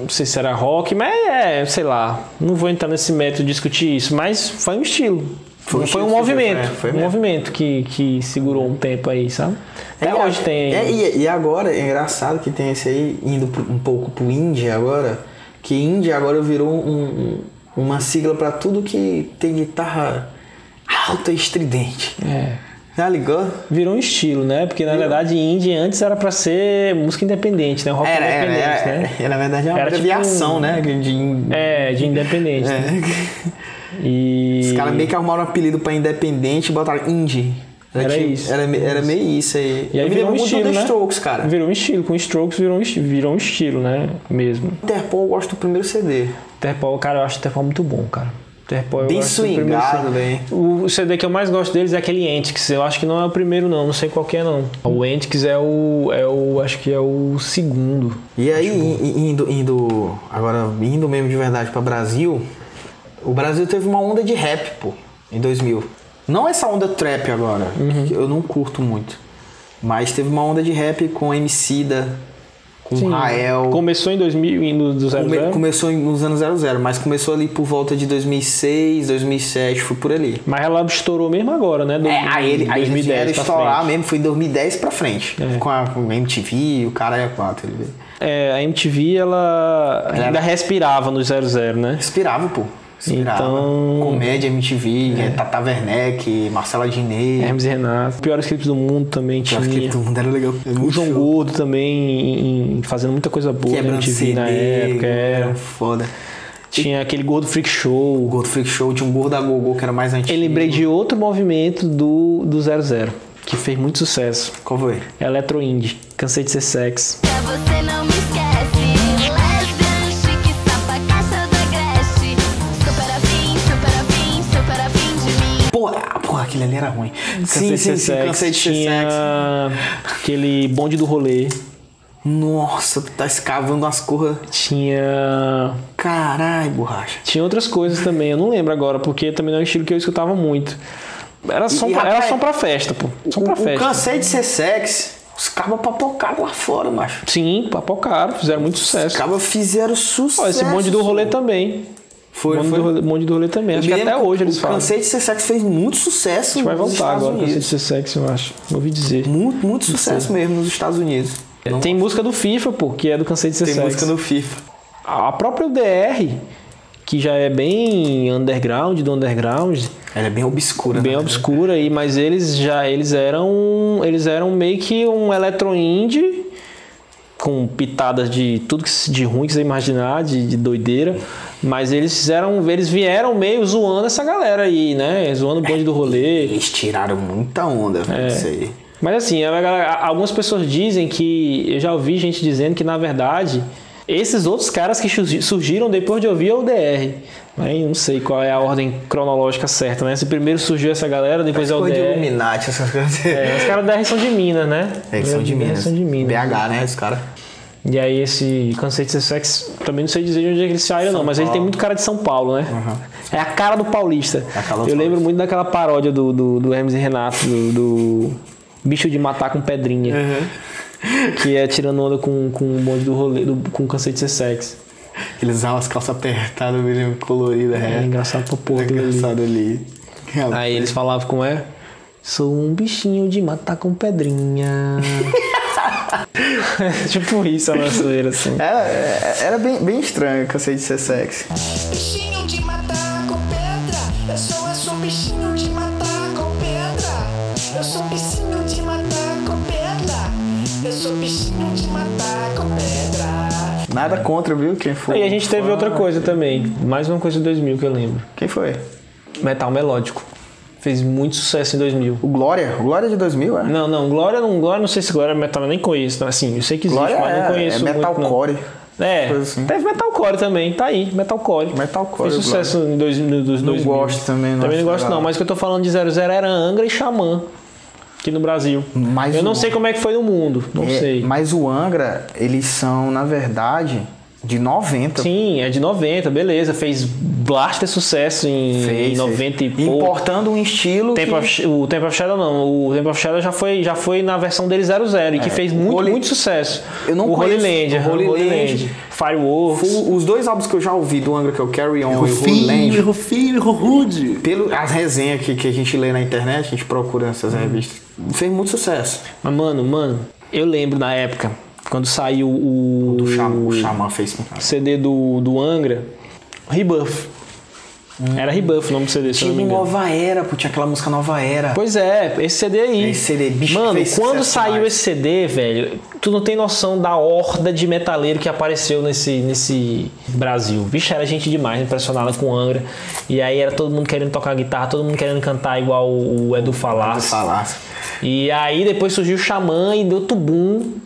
Speaker 2: Não sei se era rock, mas é, sei lá. Não vou entrar nesse método de discutir isso, mas foi um estilo.
Speaker 3: Foi
Speaker 2: Foi,
Speaker 3: um
Speaker 2: um
Speaker 3: chute,
Speaker 2: movimento,
Speaker 3: foi, foi
Speaker 2: um
Speaker 3: mesmo.
Speaker 2: movimento que, que segurou um tempo aí, sabe? Até
Speaker 3: É,
Speaker 2: hoje tem.
Speaker 3: É, e, e agora, é engraçado que tem esse aí, indo pro- um pouco pro indie agora, que indie agora virou um- um- uma sigla pra tudo que tem guitarra alta e estridente.
Speaker 2: É.
Speaker 3: Já ligou?
Speaker 2: Virou um estilo, né? Porque na verdade indie antes era pra ser música independente, né? Rock
Speaker 3: Era, era,
Speaker 2: independente,
Speaker 3: era,
Speaker 2: né?
Speaker 3: era, na verdade é uma
Speaker 2: Era tipo
Speaker 3: abreviação,
Speaker 2: um-
Speaker 3: né? De, de-
Speaker 2: É, de independente. né?
Speaker 3: É.
Speaker 2: E
Speaker 3: Os caras meio que arrumaram um apelido pra independente e botaram indie.
Speaker 2: Era
Speaker 3: tipo-
Speaker 2: isso.
Speaker 3: Era, me- era meio isso aí.
Speaker 2: E aí
Speaker 3: Eu me
Speaker 2: virou
Speaker 3: lembro
Speaker 2: um
Speaker 3: muito
Speaker 2: estilo,
Speaker 3: do
Speaker 2: né?
Speaker 3: Strokes, cara.
Speaker 2: Virou um estilo, com Strokes virou um, esti- virou um estilo, né? Mesmo.
Speaker 3: Interpol eu gosto do primeiro CD.
Speaker 2: Interpol, cara, eu acho o Interpol muito bom, cara. Interpol, eu
Speaker 3: Bem
Speaker 2: acho o primeiro
Speaker 3: swingado,
Speaker 2: CD.
Speaker 3: bem.
Speaker 2: O CD que eu mais gosto deles é aquele Antics. Eu acho que não é o primeiro, não. Não sei qual que é, não. O Antics é o, é o... Acho que é o segundo.
Speaker 3: E aí, in- indo, indo. Agora, indo mesmo de verdade pra Brasil, o Brasil teve uma onda de rap, pô, em 2000. Não essa onda trap agora, que eu não curto muito. Mas teve uma onda de rap com MC da, com
Speaker 2: Ah, é
Speaker 3: Rael.
Speaker 2: Começou em 2000, e no, do zero,
Speaker 3: Come-
Speaker 2: zero.
Speaker 3: começou em- nos anos 00, mas começou ali por volta de 2006, 2007, foi por ali.
Speaker 2: Mas ela estourou mesmo agora, né? Do,
Speaker 3: É, aí ele, aí eles vieram
Speaker 2: pra
Speaker 3: estourar
Speaker 2: frente.
Speaker 3: mesmo, foi em 2010 pra frente. Com a com a MTV, o cara é 4. Ele
Speaker 2: É, a MTV, ela
Speaker 3: Ela-
Speaker 2: ainda respirava no 00, né?
Speaker 3: inspirava, pô. Inspirava.
Speaker 2: Então-
Speaker 3: Comédia MTV, é. Tata Werneck, Marcela Diné.
Speaker 2: Hermes e Renato. Piores clipes do mundo também
Speaker 3: eu
Speaker 2: É, tinha.
Speaker 3: acho que todo mundo era legal.
Speaker 2: O João Gordo também em- em- fazendo muita coisa boa na
Speaker 3: quebrando
Speaker 2: MTV
Speaker 3: CD,
Speaker 2: na época.
Speaker 3: era
Speaker 2: é.
Speaker 3: foda.
Speaker 2: Tinha aquele Gordo Freak Show.
Speaker 3: O Gordo Freak Show tinha um Gordo a Gogô que era mais antigo.
Speaker 2: Eu lembrei de outro movimento do, do 00, que fez muito sucesso.
Speaker 3: Qual foi?
Speaker 2: Electro Indie. Cansei de ser sexy.
Speaker 5: Pra É você não me esquece Lesbian, chique, sapa, caixa da Grécia Super afim, super afim, super afim de mim
Speaker 3: Porra, ah, porra, aquele ali era ruim. Sim, sim, sim, cansei de ser sexy.
Speaker 2: Tinha aquele bonde do rolê.
Speaker 3: Nossa, tu tá escavando as corras.
Speaker 2: Tinha.
Speaker 3: Caralho, borracha.
Speaker 2: Tinha outras coisas também, eu não lembro agora, porque também não é um estilo que eu escutava muito. Era som,
Speaker 3: e,
Speaker 2: pra, era
Speaker 3: rapaz,
Speaker 2: som pra festa, pô. Som
Speaker 3: O,
Speaker 2: pra
Speaker 3: o
Speaker 2: festa.
Speaker 3: cansei de ser sexy. Os cabas papocaram lá fora, macho.
Speaker 2: Sim, papocaram, fizeram muito
Speaker 3: Os
Speaker 2: sucesso.
Speaker 3: cabas fizeram sucesso.
Speaker 2: Ó, esse bonde do rolê também.
Speaker 3: Foi,
Speaker 2: bonde,
Speaker 3: foi.
Speaker 2: Do rolê, bonde do rolê também.
Speaker 3: Eu
Speaker 2: Acho
Speaker 3: me
Speaker 2: que até
Speaker 3: lembro que
Speaker 2: hoje eles
Speaker 3: o
Speaker 2: falam. A gente
Speaker 3: Cansei de ser sexy fez muito sucesso
Speaker 2: vai
Speaker 3: nos
Speaker 2: voltar
Speaker 3: Estados
Speaker 2: agora, cansei de
Speaker 3: Unidos.
Speaker 2: ser sexy, eu acho. Ouvi dizer.
Speaker 3: Muito, muito sucesso mesmo nos Estados Unidos. Não
Speaker 2: Tem música do FIFA, pô, que é do Cansei de Ser
Speaker 3: tem
Speaker 2: Sexy.
Speaker 3: música no FIFA.
Speaker 2: A própria DR, que já é bem underground do underground,
Speaker 3: Ela é bem obscura.
Speaker 2: bem
Speaker 3: né?
Speaker 2: obscura aí, mas eles já eles eram eles eram meio que um electro indie com pitadas de tudo que, se- de ruim que você imaginar, de, de doideira, mas eles fizeram eles vieram meio zoando essa galera aí, né? Zoando o bonde do rolê.
Speaker 3: Eles tiraram muita onda,
Speaker 2: É.
Speaker 3: velho. Isso aí.
Speaker 2: Mas assim, a galera- a- algumas pessoas dizem que. Eu já ouvi gente dizendo que, na verdade, esses outros caras que surgi- surgiram depois de ouvir é o DR. Aí não sei qual é a ordem cronológica certa, né? Se primeiro surgiu essa galera, depois é o
Speaker 3: Coisa de
Speaker 2: DR.
Speaker 3: Illuminati, essas coisas.
Speaker 2: É, os caras da DR são de Minas, né?
Speaker 3: É, que são de
Speaker 2: DR
Speaker 3: Minas.
Speaker 2: São de Minas.
Speaker 3: BH, né? Os caras.
Speaker 2: E aí esse Cansei de Ser Sexy, também não sei dizer de onde é que ele saiu não, mas ele tem muito cara de São Paulo, né? É a cara do paulista.
Speaker 3: É a cara do
Speaker 2: Eu lembro
Speaker 3: paulista.
Speaker 2: muito daquela paródia do, do, do Hermes e Renato, do, do bicho de matar com pedrinha. Que é tirando onda com, com o bonde do rolê, do, com Cansei de Ser Sexy.
Speaker 3: Eles usavam as calças apertadas, mesmo colorida,
Speaker 2: É, engraçado pra porra
Speaker 3: É
Speaker 2: aquilo ali.
Speaker 3: engraçado ali.
Speaker 2: Aí eles falavam como é? Sou um bichinho de matar com pedrinha. tipo isso,
Speaker 3: é
Speaker 2: a nossa zoeira, assim.
Speaker 3: Era, era bem, bem estranho, cansei de ser sexy.
Speaker 6: Bichinho de matar com pedra. Eu sou, eu sou um bichinho de matar com pedra. Eu sou um bichinho de matar com pedra. Eu sou um bichinho de matar com pedra.
Speaker 3: Nada contra, viu? Quem foi?
Speaker 2: E a gente teve outra coisa também, mais uma coisa de 2000 que eu lembro.
Speaker 3: Quem foi?
Speaker 2: Metal melódico. Fez muito sucesso em 2000.
Speaker 3: O Glória. O Glória de 2000, é?
Speaker 2: Não, não, Glória não, Glória não sei se Glória é metal, eu nem conheço, não, assim, eu sei que existe,
Speaker 3: Glória
Speaker 2: mas
Speaker 3: é-
Speaker 2: não conheço
Speaker 3: é
Speaker 2: muito,
Speaker 3: metalcore,
Speaker 2: não. É,
Speaker 3: coisa assim.
Speaker 2: teve metalcore também, tá aí, metalcore.
Speaker 3: Metalcore,
Speaker 2: Fez sucesso em dois, no, dos
Speaker 3: Não
Speaker 2: 2000.
Speaker 3: gosto também, não
Speaker 2: Também não
Speaker 3: acho
Speaker 2: gosto
Speaker 3: legal.
Speaker 2: não, mas o que eu tô falando de 00 era Angra e Xamã, aqui no Brasil.
Speaker 3: Mas
Speaker 2: eu não
Speaker 3: o-
Speaker 2: sei como é que foi no mundo, não
Speaker 3: um. É,
Speaker 2: sei.
Speaker 3: Mas o Angra, eles são, na verdade, De 90.
Speaker 2: Sim, é de 90, beleza. Fez blaster sucesso em, em
Speaker 3: Fez,
Speaker 2: 90 e
Speaker 3: fez.
Speaker 2: pouco.
Speaker 3: Importando um estilo.
Speaker 2: Tempo
Speaker 3: que-
Speaker 2: of Sh- o Temple of Shadow não, o Temple of Shadow já foi, já foi na versão dele 00 e que fez muito,
Speaker 3: É. Holy-
Speaker 2: muito sucesso.
Speaker 3: Eu não
Speaker 2: o Holy
Speaker 3: conheço.
Speaker 2: Land,
Speaker 3: O
Speaker 2: aham,
Speaker 3: Holy Land.
Speaker 2: Fireworks.
Speaker 3: Fu- Os dois álbuns que eu já ouvi do Angra, que é o Carry On e o Holy
Speaker 7: Rufinho,
Speaker 3: Land,
Speaker 7: Rufinho, Rude.
Speaker 3: pelo as resenhas que, que a gente lê na internet, a gente procura nessas revistas, fez muito sucesso.
Speaker 2: Mas, mano, mano, eu lembro na época, quando saiu o,
Speaker 3: O Xamã, o Xamã fez muito.
Speaker 2: CD do, do Angra, Rebuff.
Speaker 3: Hum.
Speaker 2: Era Rebuff o nome do CD, se eu
Speaker 3: Tinha
Speaker 2: não me
Speaker 3: um
Speaker 2: engano.
Speaker 3: Nova Era, pô, tinha aquela música Nova Era.
Speaker 2: Pois é, esse CD aí.
Speaker 3: Esse CD, bicho,
Speaker 2: Mano,
Speaker 3: fez
Speaker 2: quando
Speaker 3: sucesso
Speaker 2: saiu
Speaker 3: demais.
Speaker 2: esse CD, velho, tu não tem noção da horda de metaleiro que apareceu nesse, nesse Brasil. Bicho, era gente demais, impressionada com Angra. E aí era todo mundo querendo tocar guitarra, todo mundo querendo cantar igual o Edu Falas.
Speaker 3: Falar,
Speaker 2: E aí depois surgiu o Xamã e deu tubum.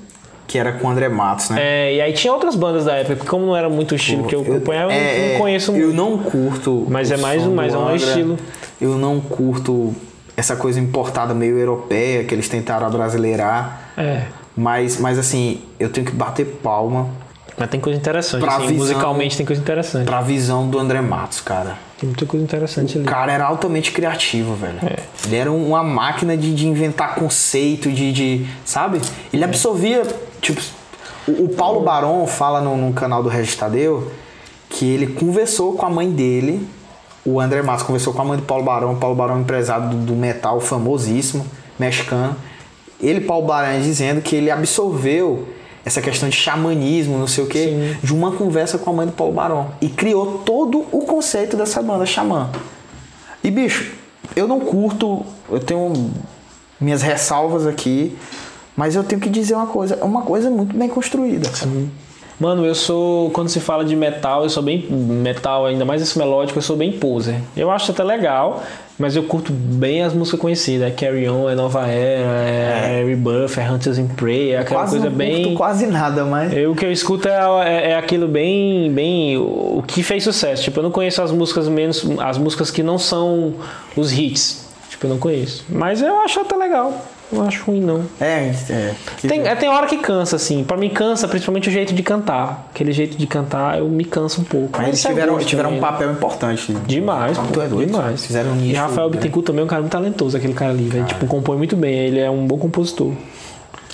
Speaker 3: que era com o André Matos, né?
Speaker 2: É, e aí tinha outras bandas da época, porque como não era muito o estilo que eu acompanhava, eu
Speaker 3: É,
Speaker 2: não
Speaker 3: é,
Speaker 2: conheço
Speaker 3: Eu
Speaker 2: muito.
Speaker 3: não curto.
Speaker 2: Mas
Speaker 3: o
Speaker 2: é mais
Speaker 3: som
Speaker 2: um- mais
Speaker 3: do
Speaker 2: um
Speaker 3: Angra.
Speaker 2: estilo.
Speaker 3: Eu não curto essa coisa importada meio europeia que eles tentaram abrasileirar.
Speaker 2: É.
Speaker 3: Mas, mas assim, eu tenho que bater palma
Speaker 2: Mas tem coisa interessante,
Speaker 3: Pra
Speaker 2: assim,
Speaker 3: visão-
Speaker 2: musicalmente tem coisa interessante.
Speaker 3: pra visão do André Matos, cara.
Speaker 2: Tem muita coisa interessante ali.
Speaker 3: O cara era altamente criativo, velho.
Speaker 2: É.
Speaker 3: Ele era um- uma máquina de, de inventar conceito, de, de- Sabe? Ele absorvia. Tipo, o, o Paulo Barão fala no, no canal do Regis Tadeu que ele conversou com a mãe dele. O André Matos conversou com a mãe do Paulo Barão. Paulo Barão é um empresário do, do metal famosíssimo, mexicano. Ele, Paulo Barão, dizendo que ele absorveu essa questão de xamanismo, não sei o quê, de uma conversa com a mãe do Paulo Barão. E criou todo o conceito dessa banda, Xamã. E bicho, eu não curto, eu tenho minhas ressalvas aqui, mas eu tenho que dizer uma coisa, é uma coisa muito bem construída.
Speaker 2: Mano, eu sou. Quando se fala de metal, eu sou bem. Metal, ainda mais esse melódico, eu sou bem poser. Eu acho até legal, mas eu curto bem as músicas conhecidas. É Carry On, é Nova Era, é, Rebuff, é Hunters in Prey, é aquela
Speaker 3: Quase
Speaker 2: coisa
Speaker 3: não
Speaker 2: bem.
Speaker 3: curto quase nada, mas
Speaker 2: Eu, o que eu escuto é, é, é aquilo bem, bem o o que fez sucesso. Tipo, eu não conheço as músicas menos, as músicas que não são os hits. Tipo, eu não conheço. Mas eu acho até legal. Não acho ruim não.
Speaker 3: é, é. que-
Speaker 2: Tem, é, tem hora que cansa, assim. Pra mim cansa, principalmente o jeito de cantar. Aquele jeito de cantar, eu me canso um pouco.
Speaker 3: mas eles
Speaker 2: isso é
Speaker 3: tiveram,
Speaker 2: gosto
Speaker 3: tiveram um
Speaker 2: também, né?
Speaker 3: papel importante.
Speaker 2: Demais, pô,
Speaker 3: Tu é doido.
Speaker 2: demais.
Speaker 3: Fizeram um nicho
Speaker 2: E Rafael
Speaker 3: grande.
Speaker 2: Bittencourt também é um cara muito talentoso, aquele cara ali. velho. Tipo, compõe muito bem. Ele é um bom compositor.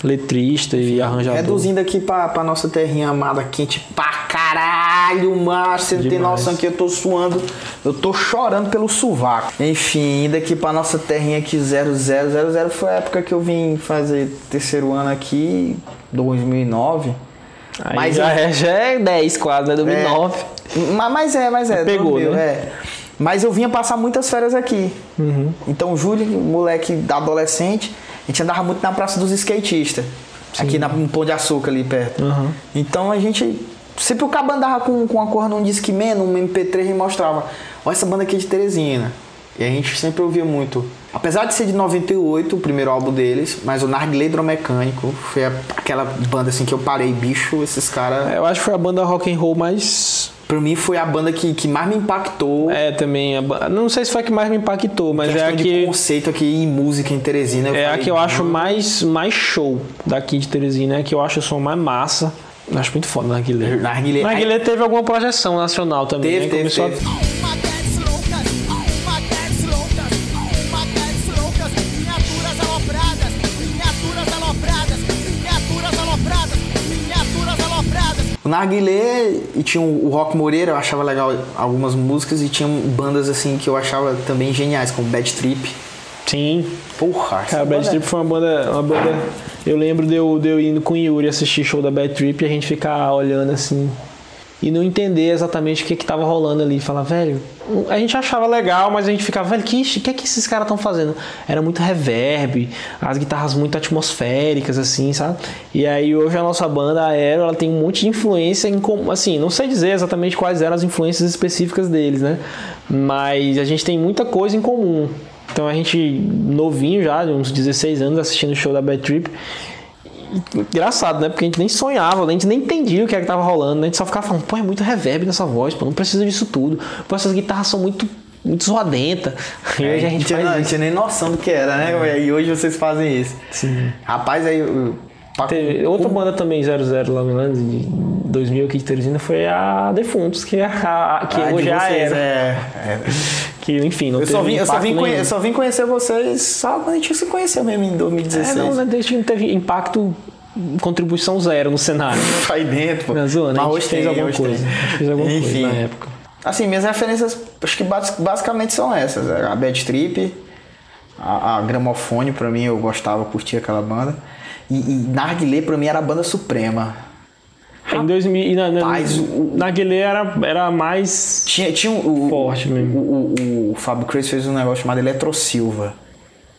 Speaker 2: Letrista
Speaker 3: É
Speaker 2: e arranjador.
Speaker 3: Reduzindo aqui pra, pra nossa terrinha amada quente pra caralho, macho. Você não tem
Speaker 2: Demais.
Speaker 3: noção que eu tô suando. Eu tô chorando pelo sovaco. Enfim, ainda aqui pra nossa terrinha aqui 0000 foi a época que eu vim fazer terceiro ano aqui, 2009.
Speaker 2: Aí
Speaker 3: Mas
Speaker 2: já,
Speaker 3: eu-
Speaker 2: é, já é 10 quase, né? 2009.
Speaker 3: Ma- Mas é, mas é.
Speaker 2: Pegou,
Speaker 3: dormiu,
Speaker 2: né?
Speaker 3: é. Mas eu vinha passar muitas férias aqui.
Speaker 2: Uhum.
Speaker 3: Então o Júlio, moleque adolescente, a gente andava muito na Praça dos Skatistas. Aqui na, no Pão de Açúcar, ali perto.
Speaker 2: Uhum.
Speaker 3: Então a gente... Sempre o cabo andava com, um com a cor num Discman, num MP3 e mostrava. Olha essa banda aqui é de Teresina. E a gente sempre ouvia muito. Apesar de ser de 98, o primeiro álbum deles, mas o Narguilé Hidromecânico foi a- aquela banda assim que eu parei, bicho, esses caras...
Speaker 2: É, Eu acho que foi a banda rock and roll mais.
Speaker 3: Pra mim foi a banda que, que mais me impactou.
Speaker 2: É, também. a ba- Não sei se foi a que mais me impactou, mas é
Speaker 3: questão
Speaker 2: a
Speaker 3: de
Speaker 2: que.
Speaker 3: conceito aqui em música em Teresina.
Speaker 2: É a
Speaker 3: falei,
Speaker 2: que eu acho
Speaker 3: "Mano,
Speaker 2: mais, mais show daqui de Teresina, é a que eu acho o som mais massa. Eu Acho muito foda na Narguilé.
Speaker 3: Narguilé- É,
Speaker 2: Narguilé teve alguma projeção nacional também.
Speaker 3: Teve,
Speaker 2: né?
Speaker 3: teve,
Speaker 2: Começou a-
Speaker 3: teve.
Speaker 4: Oh Matantes loucas, matantes loucas, matantes loucas, miniaturas alopradas, miniaturas alopradas, miniaturas alopradas, miniaturas alopradas.
Speaker 3: O Narguilé e tinha o Rock Moreira, eu achava legal algumas músicas e tinha bandas assim que eu achava também geniais, como Bad Trip.
Speaker 2: Sim.
Speaker 3: Porra,
Speaker 2: Cara,
Speaker 3: essa
Speaker 2: a Bad
Speaker 3: banda-
Speaker 2: Trip foi uma banda, uma banda. Eu lembro de eu, de eu indo com o Yuri assistir show da Bad Trip e a gente ficar olhando assim. E não entender exatamente o que, que tava rolando ali. Falar, velho, a gente achava legal, mas a gente ficava, velho, que, que é que esses caras estão fazendo? Era muito reverb, as guitarras muito atmosféricas, assim, sabe? E aí hoje a nossa banda, a Aero, ela tem um monte de influência em como. Assim, não sei dizer exatamente quais eram as influências específicas deles, né? Mas a gente tem muita coisa em comum. Então a gente, novinho já, de uns 16 anos, assistindo o show da Bad Trip. E, Engraçado, né? Porque a gente nem sonhava, a gente nem entendia o que é que tava rolando, né? A gente só ficava falando, pô, é muito reverb nessa voz, pô, não precisa disso tudo. Pô, essas guitarras são muito, muito zoadentas. E
Speaker 3: É,
Speaker 2: hoje a gente
Speaker 3: tinha,
Speaker 2: faz
Speaker 3: não
Speaker 2: isso. É.
Speaker 3: tinha nem noção do que era, né? E hoje vocês fazem isso. Rapaz, aí eu- Pra-
Speaker 2: Teve outra banda também, 00 lá no Lands, de 2000 aqui de Teresina, foi a Defuntos, que, é a- a- que
Speaker 3: Ah, de
Speaker 2: hoje é a
Speaker 3: vocês, é,
Speaker 2: era.
Speaker 3: é.
Speaker 2: Que, enfim, não
Speaker 3: Eu só,
Speaker 2: teve
Speaker 3: vim, eu, só
Speaker 2: impacto
Speaker 3: vim conhe-
Speaker 2: nenhum.
Speaker 3: eu só vim conhecer vocês só quando a gente se conheceu mesmo em
Speaker 2: É,
Speaker 3: 2016.
Speaker 2: não, né, desde que não teve impacto, contribuição zero no cenário.
Speaker 3: Aí dentro, pô.
Speaker 2: Na zona, a gente fez alguma
Speaker 3: hoje
Speaker 2: coisa.
Speaker 3: tem.
Speaker 2: A gente fez alguma coisa
Speaker 3: Enfim.
Speaker 2: na época.
Speaker 3: Assim, minhas referências, acho que bas- basicamente são essas. né? A Bad Trip, a, a Gramofone, pra mim, eu gostava, curtia aquela banda. E, e Narguilé, pra mim, era a banda suprema.
Speaker 2: Em 2000, e na, na,
Speaker 3: Rapaz, o-
Speaker 2: na Guilherme era, era mais...
Speaker 3: Tinha, tinha um- o,
Speaker 2: Forte mesmo.
Speaker 3: O, o, o Fábio Cris fez um negócio chamado Eletro Silva,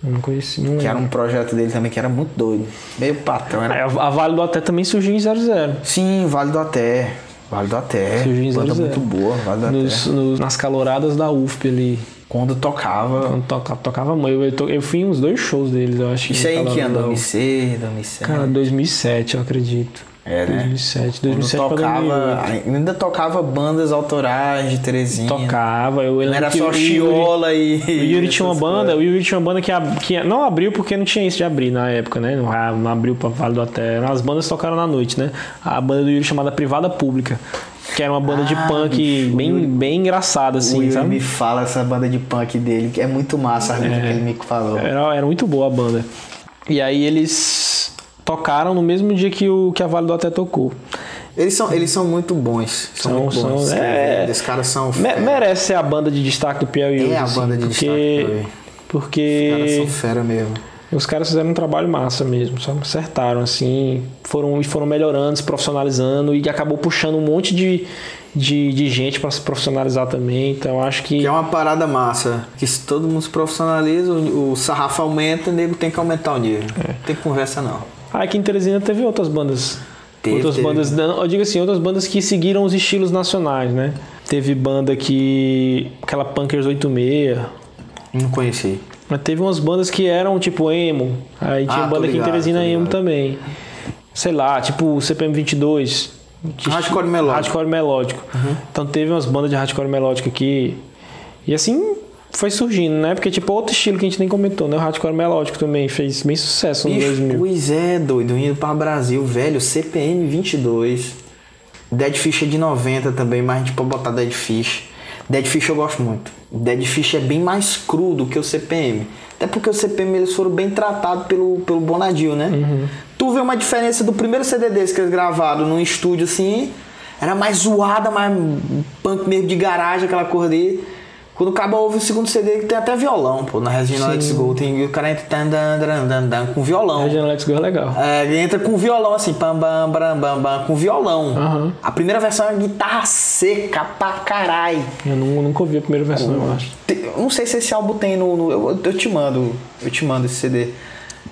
Speaker 2: Eu não conheci, não
Speaker 3: que era
Speaker 2: lembro.
Speaker 3: um projeto dele também que era muito doido. Meio patrão, era
Speaker 2: É, A Vale do Até também surgiu em 00.
Speaker 3: Sim, Vale do Até. Vale do Até.
Speaker 2: Surgiu em
Speaker 3: Banda
Speaker 2: 00.
Speaker 3: É, tá muito boa, Vale do
Speaker 2: Nos,
Speaker 3: Até.
Speaker 2: nos- nas caloradas da UFP ali.
Speaker 3: Quando tocava.
Speaker 2: Quando toca- tocava mãe. Eu, eu, to- eu fui em uns dois shows deles, eu acho.
Speaker 3: Isso aí é em
Speaker 2: na
Speaker 3: que ano?
Speaker 2: calorada da UFP.
Speaker 3: 2006, 2007.
Speaker 2: Cara, 2007, eu acredito.
Speaker 3: É, né?
Speaker 2: 2007,
Speaker 3: Quando
Speaker 2: 2007 pra
Speaker 3: tocava,
Speaker 2: 2008.
Speaker 3: ainda tocava bandas autorais de Terezinha.
Speaker 2: Tocava, eu lembro
Speaker 3: Não era
Speaker 2: que
Speaker 3: só
Speaker 2: o Yuri-
Speaker 3: Chiola e.
Speaker 2: O Yuri tinha uma banda, o Yuri tinha uma banda que, ab- que não abriu porque não tinha isso de abrir na época, né? Não, a- não abriu pra Vale do Até. As bandas tocaram na noite, né? A banda do Yuri chamada Privada Pública, que era uma banda de
Speaker 3: Ah,
Speaker 2: punk
Speaker 3: bicho, o
Speaker 2: bem,
Speaker 3: Yuri-
Speaker 2: bem engraçada,
Speaker 3: o
Speaker 2: assim,
Speaker 3: Yuri
Speaker 2: sabe?
Speaker 3: me fala essa banda de punk dele, que é muito massa a é. que ele me falou.
Speaker 2: Era, era muito boa a banda. E aí eles tocaram no mesmo dia que, o, que a Vale do Até tocou.
Speaker 3: Eles, são, eles são muito bons. São,
Speaker 2: São-
Speaker 3: muito bons.
Speaker 2: são-
Speaker 3: escrevendo,
Speaker 2: é-
Speaker 3: Esses caras são.
Speaker 2: Me-
Speaker 3: fera.
Speaker 2: Merece ser a banda de destaque do Piauí.
Speaker 3: É
Speaker 2: hoje,
Speaker 3: a
Speaker 2: assim,
Speaker 3: banda de
Speaker 2: porque,
Speaker 3: destaque do Piauí. Os
Speaker 2: Porque
Speaker 3: caras são fera mesmo.
Speaker 2: os caras fizeram um trabalho massa mesmo, sabe? Acertaram, assim, foram, e foram melhorando, se profissionalizando e acabou puxando um monte de, de, de gente pra se profissionalizar também. Então acho que.
Speaker 3: Que é uma parada massa. Que se todo mundo se profissionaliza, o, o sarrafo aumenta, o nego tem que aumentar o nível.
Speaker 2: É.
Speaker 3: Não tem conversa não.
Speaker 2: Ah, aqui em Teresina teve outras bandas.
Speaker 3: Teve,
Speaker 2: outras
Speaker 3: teve.
Speaker 2: bandas, não, eu digo assim, outras bandas que seguiram os estilos nacionais, né? Teve banda que. aquela Punkers 86.
Speaker 3: Não conheci.
Speaker 2: Mas teve umas bandas que eram tipo emo. Aí tinha
Speaker 3: Ah, tô
Speaker 2: banda aqui em
Speaker 3: ligado,
Speaker 2: Teresina
Speaker 3: tô
Speaker 2: emo
Speaker 3: ligado.
Speaker 2: também. Sei lá, tipo CPM 22. que-
Speaker 3: Hardcore melódico. Uhum.
Speaker 2: Hardcore melódico. Então teve umas bandas de hardcore melódico aqui. E assim foi surgindo, né? Porque tipo outro estilo que a gente nem comentou, né? O hardcore melódico também fez bem sucesso no
Speaker 3: Bicho,
Speaker 2: 2000.
Speaker 3: Pois é, doido. Indo pra Brasil, velho. CPM 22. Dead Fish é de 90 também, mas a gente pode botar Dead Fish. Dead Fish eu gosto muito. Dead Fish é bem mais cru do que o CPM. Até porque o CPM eles foram bem tratados pelo, pelo Bonadio, né? Tu vê uma diferença do primeiro CD deles que eles gravaram num estúdio assim. Era mais zoada, mais punk mesmo de garagem, aquela coisa ali. Quando acaba ouve o segundo CD que tem até violão, pô. Na Regina Let's Go tem o cara entra tan, dan, dan, dan, dan, com violão.
Speaker 2: Regina Let's Go é legal.
Speaker 3: É, ele entra com violão, assim, pam, bam, bam, bam, bam, com violão.
Speaker 2: Aham.
Speaker 3: A primeira versão é uma guitarra seca pra caralho.
Speaker 2: Eu nu- nunca ouvi a primeira versão, eu acho.
Speaker 3: Te- eu Não sei se esse álbum tem no. no- eu, eu te mando, eu te mando esse CD.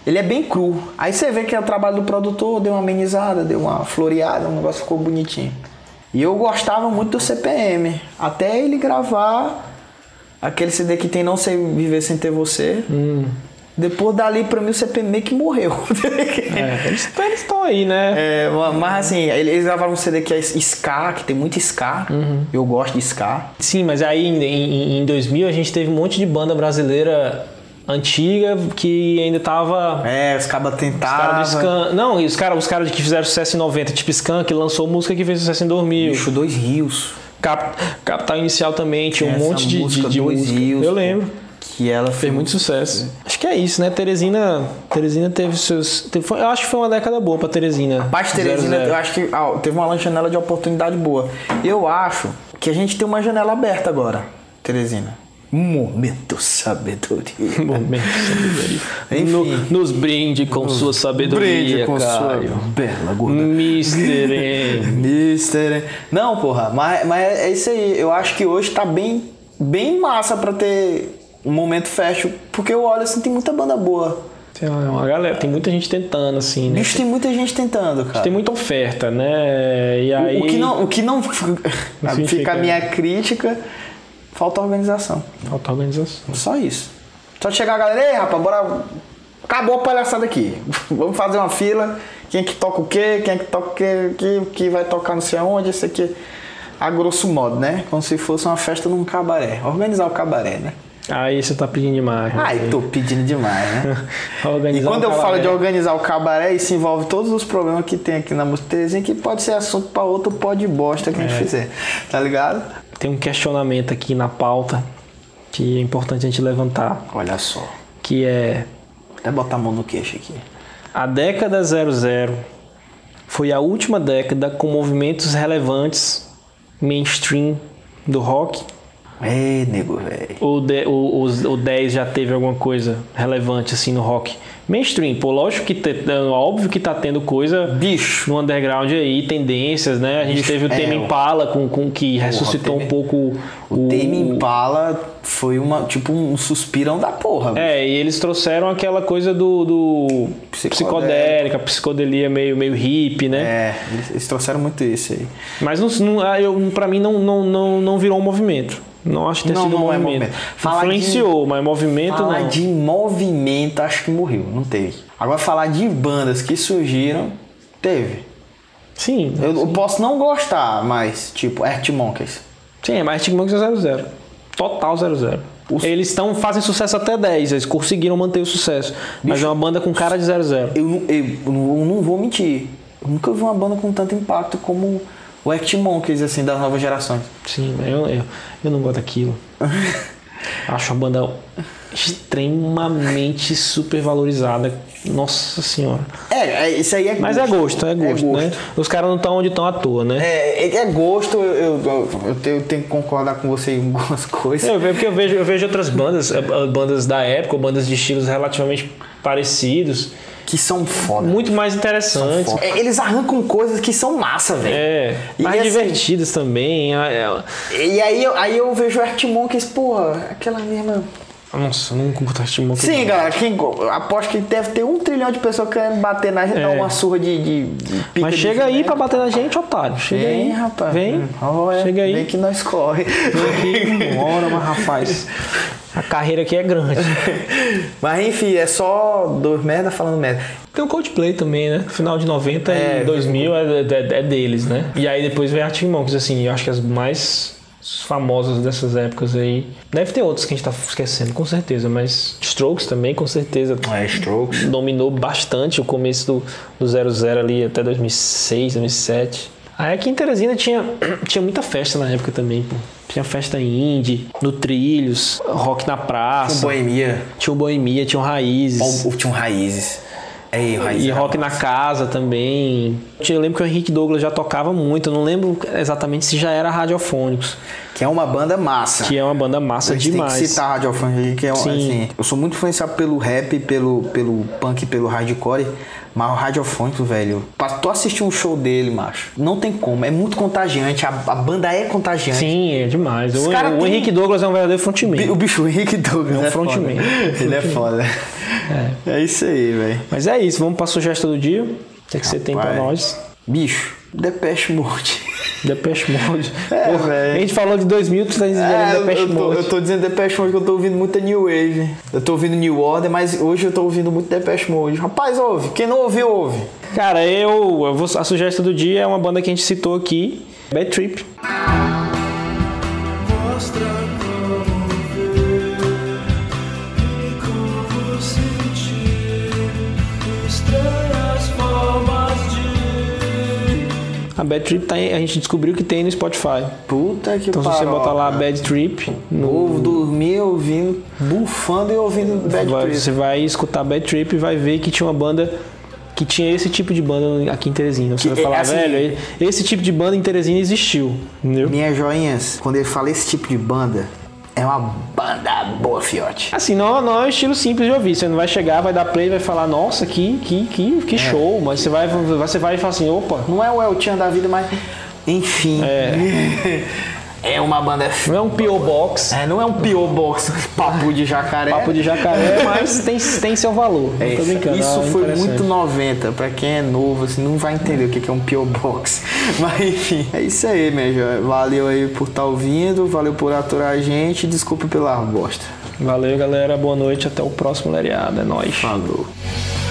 Speaker 3: Ele é bem cru. Aí você vê que é o trabalho do produtor, deu uma amenizada, deu uma floreada, o negócio ficou bonitinho. E eu gostava muito do CPM. Até ele gravar aquele CD que tem Não Sei Viver Sem Ter Você.
Speaker 2: Hum.
Speaker 3: Depois dali, pra mim, o CPM meio que morreu.
Speaker 2: É, eles estão aí, né?
Speaker 3: É, ma- mas assim, eles gravaram um CD que é Ska, que tem muito Ska.
Speaker 2: Uhum.
Speaker 3: Eu gosto de Ska.
Speaker 2: Sim, mas aí em- em, em 2000 a gente teve um monte de banda brasileira antiga que ainda tava
Speaker 3: É, os cabas
Speaker 2: Os caras do
Speaker 3: tentavam.
Speaker 2: Skank. Não, e os caras os cara que fizeram sucesso em 90, tipo Skank, lançou música que fez sucesso em 2000.
Speaker 3: Bicho, dois rios.
Speaker 2: Cap- Capital Inicial também, tinha um
Speaker 3: Essa
Speaker 2: monte de, de, de
Speaker 3: dois
Speaker 2: música.
Speaker 3: rios.
Speaker 2: Eu lembro.
Speaker 3: Que ela fez
Speaker 2: Fez muito sucesso. Acho que é isso, né? Teresina, Teresina teve seus. teve- foi- eu acho que foi uma década boa pra Teresina.
Speaker 3: Mas Teresina,
Speaker 2: Zero, zero.
Speaker 3: eu acho que ah, teve uma janela de oportunidade boa. Eu acho que a gente tem uma janela aberta agora, Teresina. Momento sabedoria.
Speaker 2: Bom, bem, sabedoria.
Speaker 3: Enfim.
Speaker 2: No- nos brinde com sua sabedoria,
Speaker 3: Brinde com sua
Speaker 2: Caio.
Speaker 3: bela gorda.
Speaker 2: Mister M.
Speaker 3: Mister. Não, porra, mas, mas é isso aí. Eu acho que hoje tá bem, bem massa pra ter um momento fecho, porque eu olho assim, tem muita banda boa.
Speaker 2: Tem uma uma galera, tem muita gente tentando, assim, né?
Speaker 3: Bicho, tem muita gente tentando, cara.
Speaker 2: Tem muita oferta, né? E aí...
Speaker 3: o, o que não, o que não fica a
Speaker 2: significa-
Speaker 3: minha crítica, falta organização.
Speaker 2: Falta organização.
Speaker 3: Só isso. Só chegar a galera, ei, rapaz, bora. Acabou a palhaçada aqui. Vamos fazer uma fila. Quem é que toca o quê? Quem é que toca o quê? Que, que vai tocar não sei aonde? Isso aqui. A grosso modo, né? Como se fosse uma festa num cabaré. Organizar o cabaré, né?
Speaker 2: Aí você tá pedindo demais. né?
Speaker 3: Ai, tô pedindo demais, né? E
Speaker 2: Organizar um
Speaker 3: quando eu falo
Speaker 2: cabaré.
Speaker 3: de organizar o cabaré, isso envolve todos os problemas que tem aqui na música Terezinha, que pode ser assunto pra outro pó de bosta que a
Speaker 2: É.
Speaker 3: gente fizer, tá ligado?
Speaker 2: Tem um questionamento aqui na pauta que é importante a gente levantar,
Speaker 3: Olha só,
Speaker 2: que é
Speaker 3: até botar a mão no queixo aqui.
Speaker 2: a década 00 foi a última década com movimentos relevantes mainstream do rock
Speaker 3: Ei, nego, velho.
Speaker 2: ou de- ou- os- o 10 já teve alguma coisa relevante assim no rock? Mainstream, pô, lógico que te- é óbvio que tá tendo coisa
Speaker 3: Bicho.
Speaker 2: no underground aí, tendências, né? A gente
Speaker 3: Bicho,
Speaker 2: teve o
Speaker 3: é,
Speaker 2: Tame
Speaker 3: o-
Speaker 2: Impala com, com que ressuscitou
Speaker 3: Tame-
Speaker 2: um pouco
Speaker 3: O Tame Impala foi uma, tipo um suspirão da porra. velho.
Speaker 2: É, e eles trouxeram aquela coisa do, do psicodélica, psicodelia meio, meio hippie, né?
Speaker 3: É, eles- eles trouxeram muito isso aí.
Speaker 2: Mas não, não, ah, eu, pra mim não, não, não, não virou um movimento. Não acho que tenha
Speaker 3: Não,
Speaker 2: sido um
Speaker 3: não é
Speaker 2: movimento.
Speaker 3: movimento. Falar de-
Speaker 2: Influenciou, mas movimento
Speaker 3: Falar
Speaker 2: não.
Speaker 3: de movimento, acho que morreu, não teve. Agora, falar de bandas que surgiram, teve.
Speaker 2: Sim,
Speaker 3: Eu, eu posso não gostar, mas, tipo, Art Monkeys.
Speaker 2: sim, mas Arctic Monkeys é 00. Total 00.
Speaker 3: Os-
Speaker 2: Eles estão fazem sucesso até 10, eles conseguiram manter o sucesso. mas é uma banda com cara de 00.
Speaker 3: Eu, nu- eu, nu- eu não vou mentir. Eu nunca vi uma banda com tanto impacto como o Art Monkeys, assim, das novas gerações.
Speaker 2: Sim, eu, eu, eu não gosto daquilo. Acho a banda extremamente super valorizada. Nossa senhora.
Speaker 3: É, é, isso aí é
Speaker 2: Mas é gosto, é gosto, né? Os caras não estão onde estão à toa, né?
Speaker 3: É, é- é gosto, eu, eu, eu tenho, eu tenho que concordar com você em algumas coisas.
Speaker 2: Eu, é porque eu vejo, eu vejo outras bandas, eh, bandas da época, ou bandas de estilos relativamente parecidos,
Speaker 3: Que são foda.
Speaker 2: muito mais interessantes.
Speaker 3: foda. É, Eles arrancam coisas que são massa, velho.
Speaker 2: É,
Speaker 3: E
Speaker 2: mais
Speaker 3: assim-
Speaker 2: divertidas também. ah, é-
Speaker 3: E aí, eu- aí eu vejo o Art Monkeys, porra, aquela mesma.
Speaker 2: Nossa, eu não curto Art Monkeys,
Speaker 3: Sim,
Speaker 2: não.
Speaker 3: galera, quem, go- aposto que deve ter um trilhão de pessoas querendo bater na gente, dar uma surra de, de, de pica
Speaker 2: É. Mas
Speaker 3: de
Speaker 2: chega aí
Speaker 3: jumento.
Speaker 2: pra bater na gente, otário. Chega aí.
Speaker 3: né? Vem, rapaz.
Speaker 2: Vem.
Speaker 3: Ó, é,
Speaker 2: chega aí.
Speaker 3: Vem que nós corre.
Speaker 2: Bora, mas rapaz. A carreira aqui é grande.
Speaker 3: Mas enfim, é só dois merda falando merda.
Speaker 2: Tem o Coldplay também, né? Final de 90
Speaker 3: É,
Speaker 2: e 2000 é, é- é deles, né? E aí depois vem Arctic Monkeys, assim, eu acho que as mais famosas dessas épocas aí. Deve ter outros que a gente tá esquecendo, com certeza, mas Strokes também, com certeza.
Speaker 3: É, Strokes.
Speaker 2: Dominou bastante o começo do, do 00 ali até 2006, 2007. Aí aqui em Teresina tinha, tinha muita festa na época também, pô. Tinha festa indie, no Trilhos, rock na praça.
Speaker 3: um Boemia.
Speaker 2: Tinha o Boemia, tinha o Raízes.
Speaker 3: O, o, tinha um Raízes. Ei, o Raízes. é
Speaker 2: E
Speaker 3: era
Speaker 2: rock na casa também. Eu lembro que o Henrique Douglas já tocava muito. Eu não lembro exatamente se já era Radiofônicos,
Speaker 3: Que é uma banda massa.
Speaker 2: que é uma banda massa
Speaker 3: A gente
Speaker 2: demais.
Speaker 3: tem que citar a Rádio Alfândega, que é um-
Speaker 2: Sim.
Speaker 3: assim, eu sou muito influenciado pelo rap, pelo, pelo punk, pelo hardcore, mas o radiofônico, velho, pra tu assistir um show dele, macho, não tem como, é muito contagiante, a, a banda é contagiante.
Speaker 2: Sim, é demais.
Speaker 3: Os
Speaker 2: O,
Speaker 3: cara
Speaker 2: o
Speaker 3: tem-
Speaker 2: Henrique Douglas é um verdadeiro
Speaker 3: Bi- O
Speaker 2: frontman.
Speaker 3: bicho o Henrique Douglas.
Speaker 2: É um
Speaker 3: é foda.
Speaker 2: frontman.
Speaker 3: Ele é foda. É, isso aí, velho.
Speaker 2: Mas é isso, vamos pra sugestão do dia. O que, é que você tem pra
Speaker 3: Rapaz.
Speaker 2: nós?
Speaker 3: Bicho, Depeche Mode.
Speaker 2: Depeche Mode.
Speaker 3: É,
Speaker 2: Porra,
Speaker 3: velho.
Speaker 2: a gente falou de 2000, tu tá dizendo
Speaker 3: É, eu,
Speaker 2: Depeche
Speaker 3: eu tô,
Speaker 2: Mode.
Speaker 3: eu tô dizendo Depeche Mode que eu tô ouvindo muita New Wave. Eu tô ouvindo New Order, mas hoje eu tô ouvindo muito Depeche Mode. Rapaz, ouve. Quem não ouviu, ouve.
Speaker 2: Cara, eu, eu vou- a sugestão do dia é uma banda que a gente citou aqui, Bad Trip. A Bad Trip tá em- a gente descobriu que tem no Spotify.
Speaker 3: Puta que
Speaker 2: Então se você botar lá Bad Trip, no,
Speaker 3: Ovo, dormir ouvindo, bufando e ouvindo Bad
Speaker 2: vai-
Speaker 3: Trip.
Speaker 2: você vai escutar Bad Trip e vai ver que tinha uma banda que tinha esse tipo de banda aqui em Teresina. Você
Speaker 3: Que-
Speaker 2: vai falar,
Speaker 3: é assim-
Speaker 2: velho, esse tipo de banda em Teresina existiu, entendeu?
Speaker 3: Minhas joinhas, quando eu falo esse tipo de banda, é uma banda boa, fiote.
Speaker 2: Assim, não, não é um estilo simples de ouvir. Você não vai chegar, vai dar play, vai falar, nossa, que, que, que,
Speaker 3: É.
Speaker 2: que show. Mas você vai, você vai e fala assim, opa,
Speaker 3: Não é o El Chan da vida, mas. Enfim. É, uma banda. f-
Speaker 2: não é um P.O. Box,
Speaker 3: É, não é um P.O. Box, papo de jacaré.
Speaker 2: papo de jacaré, mas tem, tem seu valor.
Speaker 3: É,
Speaker 2: não tô brincando.
Speaker 3: isso
Speaker 2: é
Speaker 3: foi
Speaker 2: interessante.
Speaker 3: muito 90, pra quem é novo, assim, não vai entender o que que é um P.O. Box. Mas enfim, é isso aí, minha joia. Valeu aí por estar ouvindo, valeu por aturar a gente, desculpa pela bosta.
Speaker 2: Valeu, galera. Boa noite. Até o próximo Lariado. É nóis.
Speaker 3: Falou.
Speaker 5: Thank